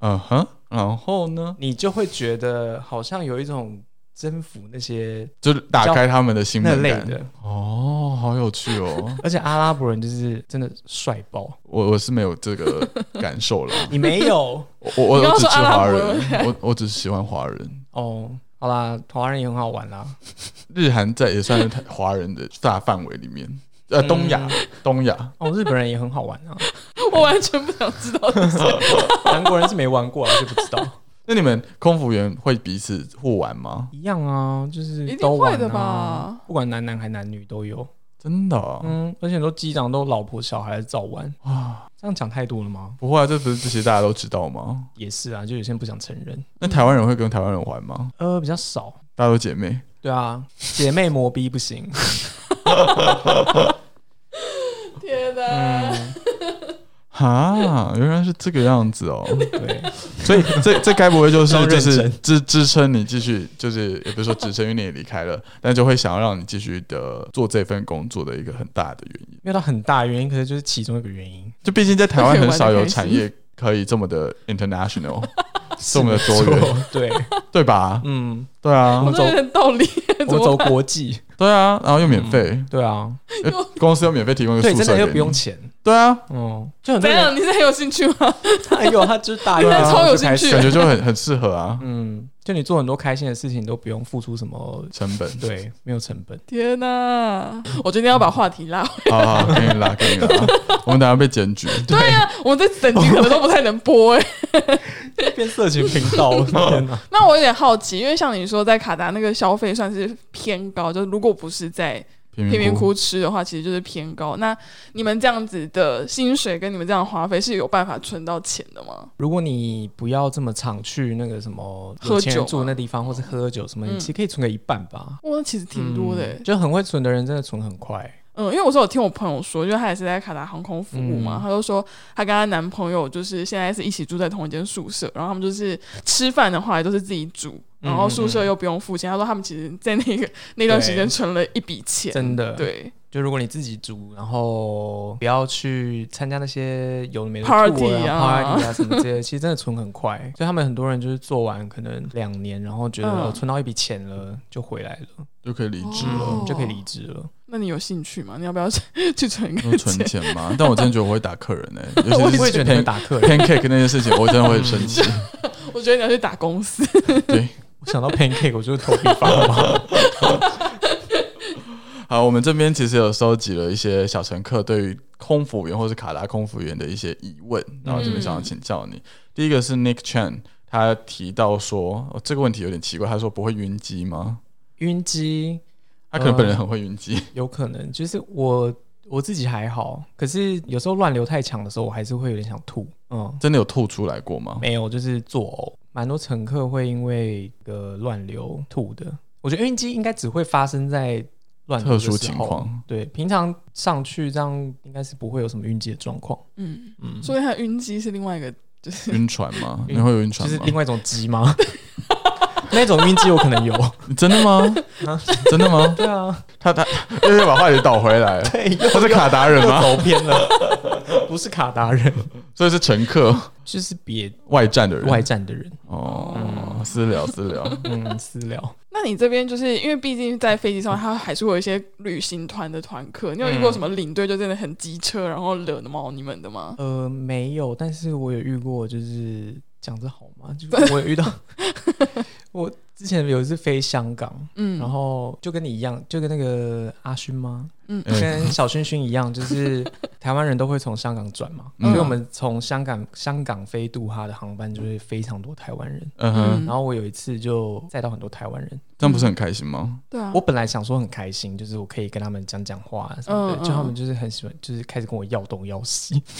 Speaker 1: 嗯哼，然后呢，
Speaker 3: 你就会觉得好像有一种征服那些
Speaker 1: 就是打开他们的心
Speaker 3: 那
Speaker 1: 门
Speaker 3: 类
Speaker 1: 感。
Speaker 3: 的，
Speaker 1: 哦，好有趣哦！
Speaker 3: 而且阿拉伯人就是真的帅爆，
Speaker 1: 我我是没有这个感受了，
Speaker 3: 你没 有
Speaker 1: 我我我
Speaker 2: 你刚
Speaker 1: 我
Speaker 2: 刚
Speaker 1: 只
Speaker 2: 说
Speaker 1: 吃
Speaker 2: 阿拉
Speaker 1: 华
Speaker 2: 伯
Speaker 1: 人，我我只喜欢华人，
Speaker 3: 哦。好啦，华人也很好玩啦。
Speaker 1: 日韩在也算是台华人的大范围里面，
Speaker 3: 嗯
Speaker 1: 呃，东亚东亚，
Speaker 3: 哦，日本人也很好玩啊，
Speaker 2: 我完全不想知道。
Speaker 3: 韩国人是没玩过啊，就不知道。
Speaker 1: 那你们空服员会彼此互玩吗？
Speaker 3: 一样啊，就是
Speaker 2: 一定
Speaker 3: 都玩、啊、
Speaker 2: 会的吧
Speaker 3: 不管男男还男女都有。
Speaker 1: 真的哦、
Speaker 3: 嗯，而且很多机长都老婆小孩照玩，
Speaker 1: 啊，
Speaker 3: 这样讲太多了吗？
Speaker 1: 不会啊，这不是这些大家都知道吗？
Speaker 3: 也是啊，就有些人不想承认。
Speaker 1: 那台湾人会跟台湾人玩吗？
Speaker 3: 呃，比较少。
Speaker 1: 大家都姐妹，
Speaker 3: 对啊，姐妹磨逼不行。
Speaker 2: 天哪！
Speaker 3: 嗯，
Speaker 1: 哈，原来是这个样子哦。
Speaker 3: 对，
Speaker 1: 所以这这该不会就是
Speaker 3: 要认
Speaker 1: 就是
Speaker 3: 真
Speaker 1: 支支撑你继续，就是也不是说支撑，因为你也离开了，但就会想要让你继续的做这份工作的一个很大的原因。
Speaker 3: 没有到很大的原因，可是就是其中一个原因。
Speaker 1: 就毕竟在台湾很少有
Speaker 2: 玩得开心
Speaker 1: 产业可以这么的 international，这么的多
Speaker 3: 没
Speaker 1: 元，
Speaker 3: 错对，
Speaker 1: 对吧？
Speaker 3: 嗯，
Speaker 1: 对啊
Speaker 2: 我，
Speaker 3: 们走
Speaker 2: 这有点道理，怎
Speaker 3: 我们
Speaker 2: 么
Speaker 3: 走
Speaker 2: 办
Speaker 3: 国际。
Speaker 1: 对啊，然后又免费，
Speaker 3: 对啊，
Speaker 1: 呃公司又免费提供一个
Speaker 3: 对，
Speaker 1: 宿
Speaker 3: 真
Speaker 1: 舍
Speaker 3: 的
Speaker 1: 给
Speaker 3: 又
Speaker 1: 你
Speaker 3: 不用钱。
Speaker 1: 对啊，
Speaker 3: 嗯，就很多
Speaker 2: 怎
Speaker 3: 人，
Speaker 2: 样？你是很有兴趣吗？
Speaker 3: 哎呦，他就是大一
Speaker 2: 你真的
Speaker 3: 的时候
Speaker 2: 超有
Speaker 3: 就开
Speaker 2: 兴趣
Speaker 1: 感
Speaker 3: 始
Speaker 1: 觉就很很适合啊。
Speaker 3: 嗯，就你做很多开心的事情，你都不用付出什 么，
Speaker 1: 成本
Speaker 3: 对，没有成本。
Speaker 2: 天哪、我决定要把话题拉回。
Speaker 1: 好好，好给你拉，给你拉。我们等下被检举，
Speaker 2: 对呀、 我们这整集可能都不太能播 哎、
Speaker 3: 变色情频 道了，天哪！
Speaker 2: 那我有点好奇，因为像你说，在卡达那个消费算是偏高，就是如果不是在
Speaker 1: 贫
Speaker 2: 贫民
Speaker 1: 民
Speaker 2: 窟吃的话，其实就是偏高。那你们这样子的薪水跟你们这样的花费是有办法存到钱的吗？
Speaker 3: 如果你不要这么常去那个什么
Speaker 2: 喝
Speaker 3: 有钱人
Speaker 2: 酒
Speaker 3: 住
Speaker 2: 吗
Speaker 3: 的那地方，或是喝酒什么，
Speaker 2: 嗯
Speaker 3: 你其实可以存个一半吧，
Speaker 2: 哇，那其实挺多的、欸
Speaker 3: 嗯。就很会存的人真的存很快，
Speaker 2: 嗯，因为我是有听我朋友说，就是她也是在卡达航空服务嘛，
Speaker 3: 嗯
Speaker 2: 她就说她跟她男朋友就是现在是一起住在同一间宿舍，然后他们就是吃饭的话也都是自己煮，然
Speaker 3: 嗯
Speaker 2: 后宿舍又不用付钱。她说他们其实在那个那段时间存了一笔钱，
Speaker 3: 真的。，
Speaker 2: 对，
Speaker 3: 就如果你自己煮，然后不要去参加那些有的没的
Speaker 2: Party
Speaker 3: tour
Speaker 2: 啊
Speaker 3: 啊、party 啊什么这些，其实真的存很 快。所以他们很多人就是做完可能两年，然后觉得
Speaker 2: 嗯
Speaker 3: 哦存到一笔钱了就回来了，
Speaker 1: 就可以离职
Speaker 2: 哦
Speaker 1: 了。
Speaker 3: 嗯，就可以离职了。
Speaker 2: 那你有兴趣吗？你要不要 去存
Speaker 1: 用
Speaker 2: 个
Speaker 1: 存
Speaker 2: 钱？
Speaker 1: 钱吗？但我真的觉得我会打客人哎、
Speaker 3: 我
Speaker 1: 尤其
Speaker 3: 也
Speaker 1: 是
Speaker 3: 觉得你会
Speaker 1: pan
Speaker 3: 打客人，
Speaker 1: pancake 那件事情，我真的会生 气。
Speaker 2: 我觉得你要去打公司。
Speaker 1: 对，
Speaker 3: 我想到 pancake 我就头皮发麻。
Speaker 1: 好，我们这边其实有收集了一些小乘客对于空服员或是卡达空服员的一些疑问，然后这边想
Speaker 3: 嗯
Speaker 1: 要请教你。第一个是 Nick Chan，他提到说、哦这个问题有点奇怪，他说不会晕机吗？
Speaker 3: 晕机
Speaker 1: 他可能
Speaker 3: 嗯
Speaker 1: 本人很会晕机，
Speaker 3: 有可能，就是我我自己还好，可是有时候乱流太强的时候，我还是会有点想吐。嗯，
Speaker 1: 真的有吐出来过吗？
Speaker 3: 没有，就是作呕，蛮多乘客会因为呃乱流吐的。我觉得晕机应该只会发生在乱流
Speaker 1: 特
Speaker 3: 的
Speaker 1: 殊
Speaker 3: 时
Speaker 1: 情
Speaker 3: 候
Speaker 1: 况，
Speaker 3: 对，平常上去这样应该是不会有什么晕机的状况。
Speaker 2: 嗯，
Speaker 3: 嗯，
Speaker 2: 所以他晕机是另外一个，就是
Speaker 1: 晕船吗？
Speaker 3: 晕
Speaker 1: 你会有晕
Speaker 3: 就
Speaker 1: 船
Speaker 3: 是
Speaker 1: 吗？
Speaker 3: 另外一种机吗？ 那种晕机有可能有。
Speaker 1: 你真的吗？真的吗？
Speaker 3: 对啊，
Speaker 1: 他他又要把话题倒回来，
Speaker 3: 对， 又
Speaker 1: 他是卡达人吗？
Speaker 3: 走偏了，不是卡达人，
Speaker 1: 所以是乘客
Speaker 3: 就是别
Speaker 1: 外站的人。
Speaker 3: 外站的人。
Speaker 1: 哦，私聊私聊，
Speaker 3: 嗯，私聊。
Speaker 2: 那你这边就是因为毕竟在飞机上，它还是会有一些旅行团的团客。你有遇过
Speaker 3: 嗯
Speaker 2: 什么领队就真的很机车，然后惹毛你们的吗？
Speaker 3: 呃，没有，但是我有遇过，就是讲这好吗？ 就是我有遇到，我之前有一次飞香港，
Speaker 2: 嗯，
Speaker 3: 然后就跟你一样，就跟那个阿勋吗？
Speaker 2: 嗯
Speaker 1: 嗯
Speaker 3: 跟小勋勋一样，就是 台湾人都会从香港转嘛，
Speaker 1: 嗯
Speaker 3: 所以我们从香港香港飞杜哈的航班就会非常多台湾人。
Speaker 1: 嗯哼，
Speaker 2: 嗯
Speaker 3: 然后我有一次就载到很多台湾人，
Speaker 1: 这样不是很开心吗？
Speaker 2: 对啊，
Speaker 3: 我本来想说很开心，就是我可以跟他们讲讲话啊什
Speaker 2: 嗯
Speaker 3: 么的，
Speaker 2: 嗯
Speaker 3: 就他们就是很喜欢，就是开始跟我要东要西，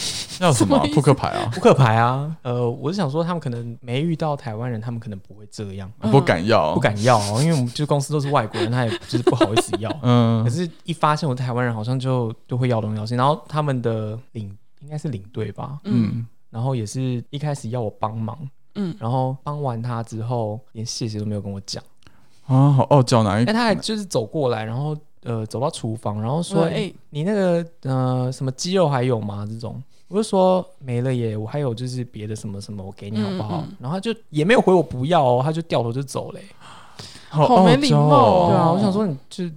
Speaker 1: 要什么啊
Speaker 2: 什么意思
Speaker 1: 扑克牌啊？
Speaker 3: 扑克牌啊，呃，我是想说，他们可能没遇到台湾人，他们可能不会这样，
Speaker 2: 嗯
Speaker 1: 不敢要，
Speaker 3: 不。敢要、哦，因为我们就公司都是外国人，他也就是不好意思要。
Speaker 1: 嗯
Speaker 3: 可，是，一发现我是台湾人，好像就就会要东要西。然后他们的领应该是领队吧，
Speaker 2: 嗯
Speaker 1: 嗯，
Speaker 3: 然后也是一开始要我帮忙，
Speaker 2: 嗯，
Speaker 3: 然后帮完他之后，连谢谢都没有跟我讲，
Speaker 1: 啊，好傲娇，哪
Speaker 2: 嗯
Speaker 1: 一
Speaker 3: 哎，他还就是走过来，然后呃走到厨房，然后说
Speaker 2: 说：“哎，
Speaker 3: 你那个呃什么鸡肉还有吗？这种，我就说没了耶，我还有就是别的什么什么，我给你好不好？
Speaker 2: 嗯嗯
Speaker 3: 然后他就也没有回我不要哦，他就掉头就走嘞、
Speaker 1: 好
Speaker 2: 好
Speaker 1: 傲
Speaker 2: 没礼
Speaker 1: 娇
Speaker 2: 貌哦
Speaker 1: 哦。
Speaker 3: 对啊，我想说你就是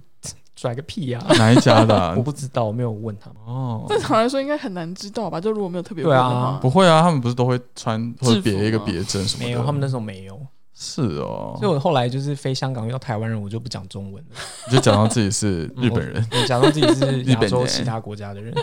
Speaker 3: 拽个屁呀、
Speaker 1: 哪一家的 啊
Speaker 3: 我？不知道，我没有问他。
Speaker 1: 哦，
Speaker 2: 正常来说应该很难知道吧？就如果没有特别
Speaker 3: 对
Speaker 2: 问的
Speaker 3: 啊
Speaker 2: 话，
Speaker 1: 不会啊，他们不是都会穿或者
Speaker 2: 制服吗
Speaker 1: 别一个别针什么的？
Speaker 3: 没有，他们那时候没有，
Speaker 1: 是哦，
Speaker 3: 所以我后来就是飞香港遇到台湾人，我就不讲中文了，
Speaker 1: 你就假装自己是日本人。
Speaker 3: 我假装自己 是
Speaker 1: 日本
Speaker 3: 亚
Speaker 1: 人
Speaker 3: 洲其他国家的人。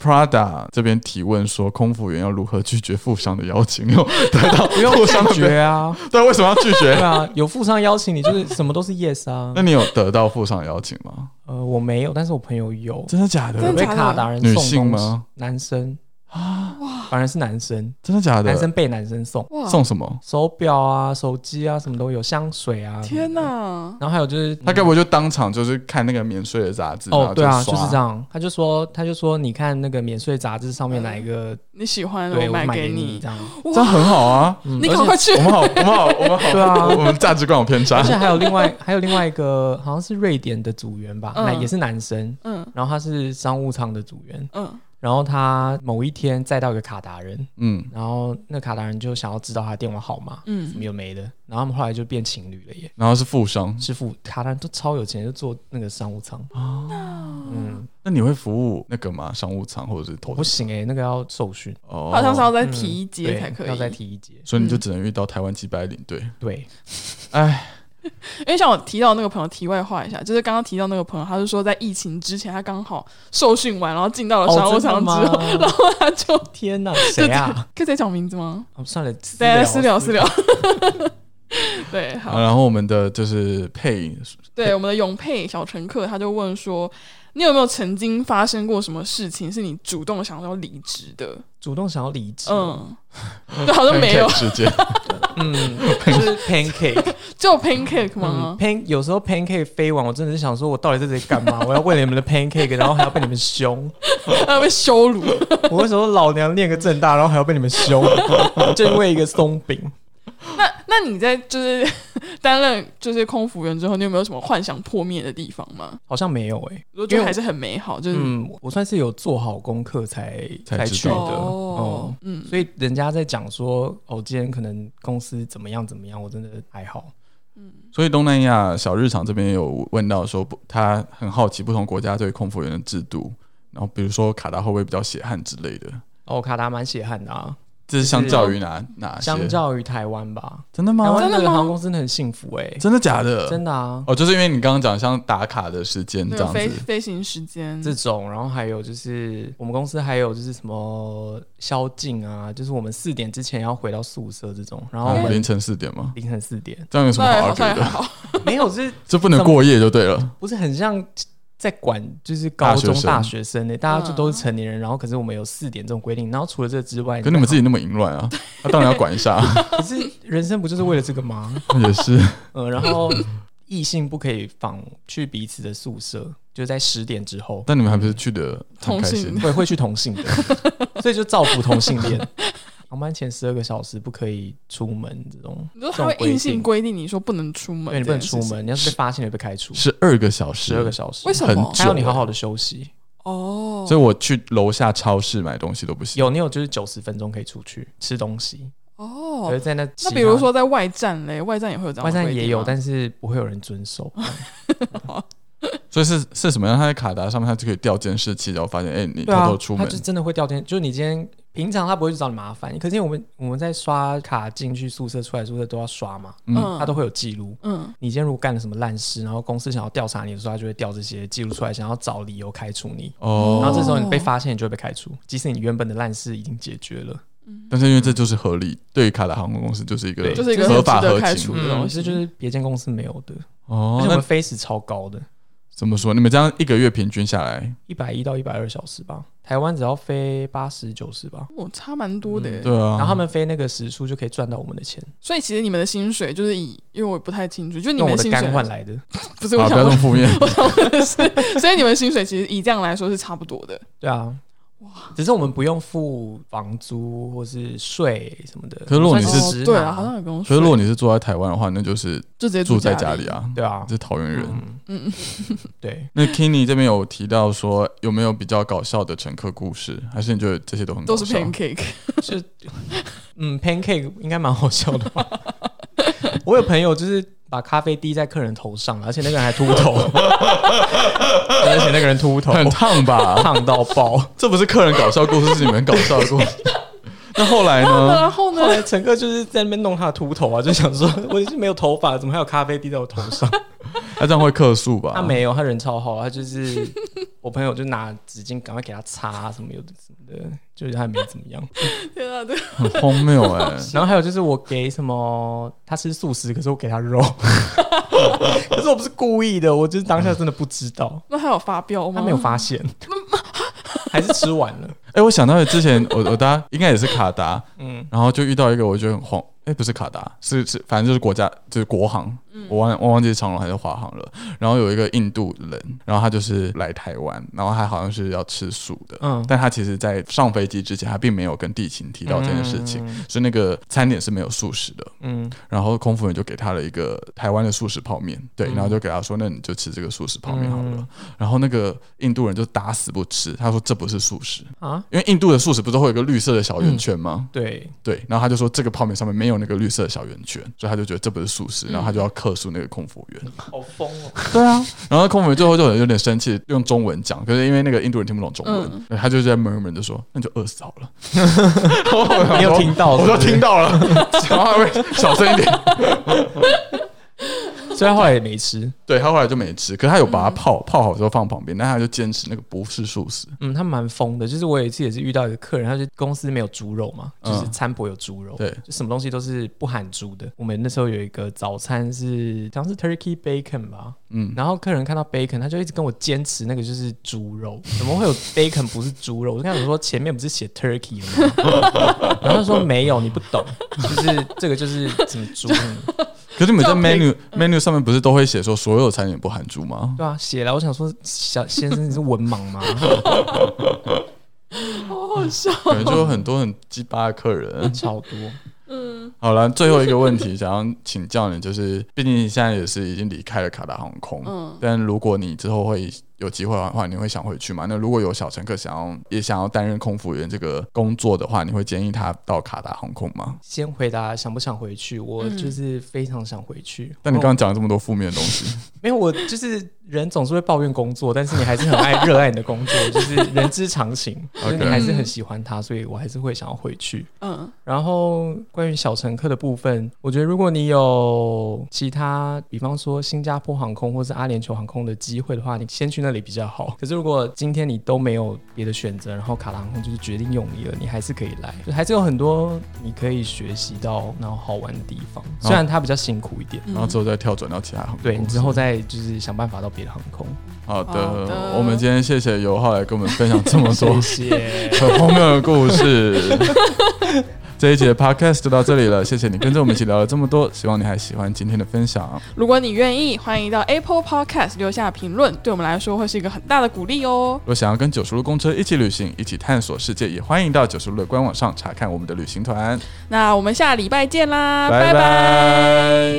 Speaker 1: Prada 这边提问说，空服员要如何拒绝富商的邀请？又来到
Speaker 3: 不用
Speaker 1: 富商的
Speaker 3: 拒绝啊，
Speaker 1: 边，对，为什么要拒
Speaker 3: 对
Speaker 1: 绝？
Speaker 3: 啊，有富商邀请你，就是什么都是 yes 啊
Speaker 1: 那。你有得到富商邀请吗？
Speaker 3: 呃，我没有，但是我朋友有，
Speaker 1: 真的假的？
Speaker 2: 真
Speaker 3: 有
Speaker 2: 的
Speaker 3: 被
Speaker 2: 假
Speaker 3: 卡达人
Speaker 1: 女
Speaker 3: 送东西
Speaker 1: 性吗？
Speaker 3: 男生啊，反而是男生，
Speaker 1: 真的假的
Speaker 3: 男？生被男生送
Speaker 2: 哇，
Speaker 1: 送什么？
Speaker 3: 手表啊、手机啊，什么都有，香水啊。
Speaker 2: 天哪！
Speaker 3: 然后还有就是
Speaker 1: 他该不会就当场就是看那个免税的杂志？然
Speaker 3: 哦
Speaker 1: 后，
Speaker 3: 对啊，就
Speaker 1: 刷
Speaker 3: 是这。样。他就说，他就说，你看那个免税杂志上面哪一个，
Speaker 2: 你喜欢嗯
Speaker 3: 对
Speaker 2: 我
Speaker 3: 我
Speaker 2: 买
Speaker 3: 买
Speaker 2: 给
Speaker 3: 你
Speaker 2: 你
Speaker 3: 这，样。
Speaker 1: 这样很好 啊！
Speaker 3: 嗯
Speaker 2: 你
Speaker 3: 而
Speaker 2: 赶
Speaker 3: 且
Speaker 2: 快去
Speaker 1: 我们好，我们好，我们好，
Speaker 3: 对啊
Speaker 1: 我们价值观有偏差
Speaker 3: 而。且还有另外还有另外一个，好像是瑞典的组员吧，
Speaker 2: 嗯
Speaker 3: 那也是男生，
Speaker 2: 嗯
Speaker 3: 然后他是商务舱的组员，
Speaker 2: 嗯，
Speaker 3: 然后他某一天载到一个卡达人，
Speaker 1: 嗯，
Speaker 3: 然后那卡达人就想要知道他的电话号码，
Speaker 2: 嗯
Speaker 3: 没有没的，然后他们后来就变情侣了耶。
Speaker 1: 然后是富商，
Speaker 3: 师傅卡达人都超有钱，就坐那个商务舱。嗯，
Speaker 1: 那你会服务那个吗？商务舱或者是
Speaker 3: 我
Speaker 1: 投
Speaker 3: 不行哎、那个要受训，
Speaker 1: 哦，
Speaker 2: 好像是要再提一
Speaker 3: 嗯对
Speaker 2: 阶才可以，
Speaker 3: 要再提一节。
Speaker 1: 所以你就只能遇到台湾几百领队，
Speaker 3: 对，
Speaker 1: 哎，
Speaker 2: 因为像我提到那个朋友，题外话一下，就是刚刚提到那个朋友，他是说在疫情之前，他刚好受训完，然后进到了商务舱之后，
Speaker 3: 哦真的吗
Speaker 2: 然后他就
Speaker 3: 天哪，谁啊？
Speaker 2: 可以再讲名字吗？
Speaker 3: 哦算了，
Speaker 2: 对，私聊私聊。。 对，好，
Speaker 1: 啊然后我们的就是配
Speaker 2: 对我们的永佩小乘客，他就问说，你有没有曾经发生过什么事情是你主动想要离职的？
Speaker 3: 主动想要离职，
Speaker 2: 嗯， 对，好像没有
Speaker 1: pancake，时间，
Speaker 3: 嗯，就是 pancake，
Speaker 2: 就 pancake
Speaker 3: 嗯
Speaker 2: 吗？
Speaker 3: ，pan 有时候 pancake 飞完，我真的是想说，我到底在这里干嘛？我要为了你们的 pancake，然后还要被你们凶。
Speaker 2: 他被羞辱，
Speaker 3: 我为什么老娘念个正大，然后还要被你们 凶？正为一个松饼，
Speaker 2: 那那你在就是 担任就是空服员之后，你有没有什么幻想破灭的地方吗？
Speaker 3: 好像没有哎、
Speaker 2: 我
Speaker 3: 因
Speaker 2: 觉得
Speaker 3: 为我
Speaker 2: 还是很美好，就是、
Speaker 3: 嗯，我算是有做好功课才
Speaker 1: 才知
Speaker 3: 去的。
Speaker 1: 道
Speaker 2: 哦
Speaker 3: 哦，，
Speaker 2: 嗯，
Speaker 3: 所以人家在讲说，哦，今天可能公司怎么样怎么样，我真的还好。
Speaker 1: 所以东南亚小日常这边有问到说，不他很好奇不同国家对空服员的制度，然后比如说卡达会不会比较血汗之类的，
Speaker 3: 哦，卡达蛮血汗的啊，
Speaker 1: 这是相较于哪哪些？
Speaker 3: 相较于台湾吧，
Speaker 1: 真的
Speaker 3: 台
Speaker 1: 吗？
Speaker 3: 湾
Speaker 2: 真的
Speaker 3: 的
Speaker 2: 吗
Speaker 3: 航空真的很幸福哎、
Speaker 1: 真的假的？
Speaker 3: 真的啊，
Speaker 1: 哦，就是因为你刚刚讲像打卡的时间
Speaker 2: 那
Speaker 1: 这
Speaker 2: 个
Speaker 1: 样
Speaker 2: 飞
Speaker 1: 子，
Speaker 2: 飞行时间，
Speaker 3: 这种，然后还有就是我们公司还有就是什么宵禁啊，就是我们四点之前要回到宿舍这种，然后我
Speaker 1: 啊凌
Speaker 3: 们
Speaker 1: 晨四点吗？，
Speaker 3: 凌晨四点
Speaker 1: 这样有什么
Speaker 2: 对，
Speaker 1: 好
Speaker 3: 啊
Speaker 2: 好像
Speaker 1: argue
Speaker 2: 也
Speaker 1: 的？
Speaker 2: 还好，
Speaker 3: 没有，就是
Speaker 1: 这不能过夜就对了。
Speaker 3: 不是很像在管就是高中
Speaker 1: 大学生
Speaker 3: 大学生呢、欸大家就都是成年人，然后可是我们有四点这种规定，然后除了这之外，
Speaker 1: 可你们自己那么淫乱啊，那当然要管一下，啊
Speaker 3: 可是人生不就是为了这个吗？
Speaker 1: 也是。
Speaker 3: 嗯，然后异性不可以访去彼此的宿舍，就在十点之后，
Speaker 1: 但你们还不是去的很开
Speaker 2: 同
Speaker 1: 心
Speaker 2: 性？
Speaker 3: 会会去同性的，所以就造福同性恋。航班前十二个小时不可以出门，这种
Speaker 2: 你说他会硬性规定你说不能出门
Speaker 3: 对，你不能
Speaker 2: 这
Speaker 3: 出
Speaker 2: 件事情，
Speaker 3: 门，你要是被发现了被开除
Speaker 1: 十二个小时，
Speaker 3: 十二个小时，
Speaker 2: 为什
Speaker 1: 很
Speaker 2: 么？
Speaker 1: 久
Speaker 3: 还要你好好的休息。
Speaker 2: 哦，
Speaker 1: 所以我去楼下超市买东西都不行。
Speaker 3: 有你有就是九十分钟可以出去吃东西，可
Speaker 2: 哦
Speaker 3: 是，在那
Speaker 2: 那
Speaker 3: 其
Speaker 2: 比如
Speaker 3: 他
Speaker 2: 说在外站嘞，外站也会有这样
Speaker 3: 外
Speaker 2: 的规定吗，
Speaker 3: 站也有，但是不会有人遵守。
Speaker 2: 啊
Speaker 1: 所以是是什么样？他在卡达上面，他就可以调监视器，然后发现，哎、你偷
Speaker 3: 对啊
Speaker 1: 偷出，
Speaker 3: 他
Speaker 1: 门，
Speaker 3: 就真的会掉天，就是你今天平常他不会去找你麻烦，可是因为我们我们在刷卡进去宿舍、出来宿舍都要刷嘛，
Speaker 1: 嗯，
Speaker 3: 他都会有记录。
Speaker 2: 嗯，
Speaker 3: 你今天如果干了什么烂事，然后公司想要调查你的时候，他就会调这些记录出来，想要找理由开除你。
Speaker 1: 哦，
Speaker 3: 然后这时候你被发现，你就会被开除，即使你原本的烂事已经解决了。
Speaker 1: 但是因为这就是合理，对于卡达航空公司就是一个
Speaker 3: 对
Speaker 2: 就是一个
Speaker 1: 合法
Speaker 2: 很值得
Speaker 1: 合
Speaker 2: 开
Speaker 1: 情
Speaker 2: 除的东西
Speaker 3: 这就是别间公司没有的，而
Speaker 1: 哦
Speaker 3: 且。我
Speaker 1: 那
Speaker 3: 们 face 超高的，
Speaker 1: 怎么说？你们这样一个月平均下来，
Speaker 3: 一百一到一百二小时吧。台湾只要飞八十九十吧，
Speaker 2: 我哦差蛮多
Speaker 3: 嗯
Speaker 2: 的耶。
Speaker 1: 对啊，
Speaker 3: 然后他们飞那个时数就可以赚到我们的钱，
Speaker 2: 所以其实你们的薪水就是以，因为我不太清楚，就你
Speaker 3: 用
Speaker 2: 们
Speaker 3: 我
Speaker 2: 薪
Speaker 3: 的
Speaker 2: 水
Speaker 3: 肝换来的。
Speaker 2: 不是
Speaker 1: 好
Speaker 2: 我
Speaker 1: 啊不要这
Speaker 2: 想问
Speaker 1: 么，负面。
Speaker 2: 我想问的是， 所以你们薪水其实以这样来说是差不多的。
Speaker 3: 对啊，哇！只是我们不用付房租或是税什么的。
Speaker 1: 可是如果你
Speaker 3: 我
Speaker 1: 是
Speaker 3: 们
Speaker 2: 哦
Speaker 3: 算直，
Speaker 2: 对啊，
Speaker 3: 男
Speaker 2: 好像也不用
Speaker 1: 可
Speaker 2: 说，
Speaker 1: 是如果你是住在台湾的话，那就是
Speaker 2: 就直接
Speaker 1: 住在
Speaker 2: 家
Speaker 1: 家里，啊，
Speaker 3: 对啊
Speaker 1: 这，是桃园人。
Speaker 3: 嗯
Speaker 2: 嗯
Speaker 3: 嗯， 对，
Speaker 1: 那 Kenny 这边有提到说，有没有比较搞笑的乘客故事？还是你觉得这些都很搞
Speaker 2: 都是
Speaker 1: 笑？
Speaker 2: pancake。
Speaker 3: 是嗯，pancake 应该蛮好笑的吧？ 我有朋友就是把咖啡滴在客人头上，而且那个人还秃头， 而且那个人秃头，
Speaker 1: 很烫吧？
Speaker 3: 烫到爆。
Speaker 1: 这不是客人搞笑故事，是你们搞笑故事。 那后来呢？
Speaker 2: 然后呢
Speaker 3: 后？来乘客就是在那边弄他的秃头啊，就想说我已经没有头发了，怎么还有咖啡滴在我头上？
Speaker 1: 那这样会客诉吧？
Speaker 3: 他没有，他人超好，他就是 我朋友就拿纸巾赶快给他擦啊什么有的什么的，就是他也没怎么样。
Speaker 2: 天啊，对，
Speaker 1: 很荒谬哎、
Speaker 3: 然后还有就是我给什么，他吃素食，可是我给他肉， 可是我不是故意的，我就是当下真的不知道，
Speaker 2: 那他有发飙吗？
Speaker 3: 他没有，发现，还是吃完了。
Speaker 1: 哎、我想到了之前我我搭应该也是卡达，
Speaker 3: 嗯，
Speaker 1: 然后就遇到一个我觉得很荒哎，不是卡达，是是，反正就是国家，就是国航，我忘我忘记是长荣还是华航了。然后有一个印度人，然后他就是来台湾，然后他好像是要吃素的，
Speaker 3: 嗯
Speaker 1: 但他其实在上飞机之前，他并没有跟地勤提到这件事情，
Speaker 3: 嗯
Speaker 1: 所以那个餐点是没有素食的。
Speaker 3: 嗯
Speaker 1: 然后空服员就给他了一个台湾的素食泡面，对，
Speaker 3: 嗯
Speaker 1: 然后就给他说，那你就吃这个素食泡面好了。
Speaker 3: 嗯
Speaker 1: 然后那个印度人就打死不吃，他说这不是素食，
Speaker 3: 啊，
Speaker 1: 因为印度的素食不是会有一个绿色的小圆圈吗？
Speaker 3: 对，
Speaker 1: 对，然后他就说这个泡面上面没有那个绿色的小圆圈，所以他就觉得这不是素
Speaker 3: 嗯
Speaker 1: 食，然后他就要克诉那个空服 员。
Speaker 3: 好疯哦，
Speaker 1: 对啊，然后空服员最后就有点生气，用中文讲，可是因为那个印度人听不懂中
Speaker 3: 嗯
Speaker 1: 文，他就在闷闷的说：“那你就饿死好 了。”
Speaker 3: 你
Speaker 1: 你
Speaker 3: 有听到
Speaker 1: 我
Speaker 3: 是
Speaker 1: 都
Speaker 3: 不是
Speaker 1: 听到了，然后他会 小声一点。
Speaker 3: 虽然后来也没吃，
Speaker 1: 对他后来就没吃，可是他有把它泡、泡好之后放旁边，但他就坚持那个不是素食。
Speaker 3: 嗯，他蛮疯的，就是我有一次也是遇到一个客人，他就公司没有猪肉嘛，就是
Speaker 1: 嗯
Speaker 3: 餐婆有猪肉，
Speaker 1: 对
Speaker 3: 就什么东西都是不含猪的。我们那时候有一个早餐是好像是 turkey bacon 吧，
Speaker 1: 嗯，
Speaker 3: 然后客人看到 bacon，他就一直跟我坚持那个就是猪肉，怎么会有 bacon 不是猪肉？我就跟他说前面不是写 turkey 吗？ 然后他说没有，你不懂，就是这个就是什么猪，
Speaker 1: 可是你们在
Speaker 2: 照片
Speaker 1: menu
Speaker 3: 嗯
Speaker 1: menu 上面不是都会写说所有餐点不含猪吗？
Speaker 3: 对啊，写了。我想说，小先生你是文盲吗？
Speaker 2: 好好笑。
Speaker 1: 可 能就有很多很鸡巴的客人。
Speaker 3: 超多，
Speaker 2: 嗯，
Speaker 1: 好了，最后一个问题想要请教你， 就是毕竟你现在也是已经离开了卡达航空，
Speaker 2: 嗯
Speaker 1: 但如果你之后会有机会的话，你会想回去吗？那如果有小乘客想要也想要担任空服员这个工作的话，你会建议他到卡达航空吗？
Speaker 3: 先回答想不想回去？我就是非常想回去。
Speaker 1: 但你刚刚讲了这么多负面的东西，
Speaker 3: 没有，我就是人总是会抱怨工作，但是你还是很爱热爱你的工作，就是人之常情，就是你
Speaker 1: OK
Speaker 3: 还是很喜欢它，所以我还是会想要回去。
Speaker 2: 嗯
Speaker 3: 然后关于小乘客的部分，我觉得如果你有其他，比方说新加坡航空或是阿联酋航空的机会的话，你先去那里比较好。可是如果今天你都没有别的选择，然后卡拉航空就是决定用你了，你还是可以来，就还是有很多你可以学习到然后好玩的地方，虽然它比较辛苦一点。
Speaker 1: 然后
Speaker 2: 嗯
Speaker 1: 之后再跳转到其他航空。
Speaker 3: 对你之后再就是想办法到别的航空。
Speaker 1: 好的，
Speaker 2: 好的
Speaker 1: 我们今天谢谢尤浩来跟我们分享这么 多
Speaker 3: 谢
Speaker 1: 很荒谬的故事。 这一节 podcast 就到这里了，谢谢你跟着我们一起聊了这么多，希望你还喜欢今天的分享。
Speaker 2: 如果你愿意，欢迎到 Apple Podcast 留下评论，对我们来说会是一个很大的鼓励哦。
Speaker 1: 若想要跟九十路公车一起旅行，一起探索世界，也欢迎到九十路的官网上查看我们的旅行团。
Speaker 2: 那我们下礼拜见啦，
Speaker 1: 拜
Speaker 2: 拜拜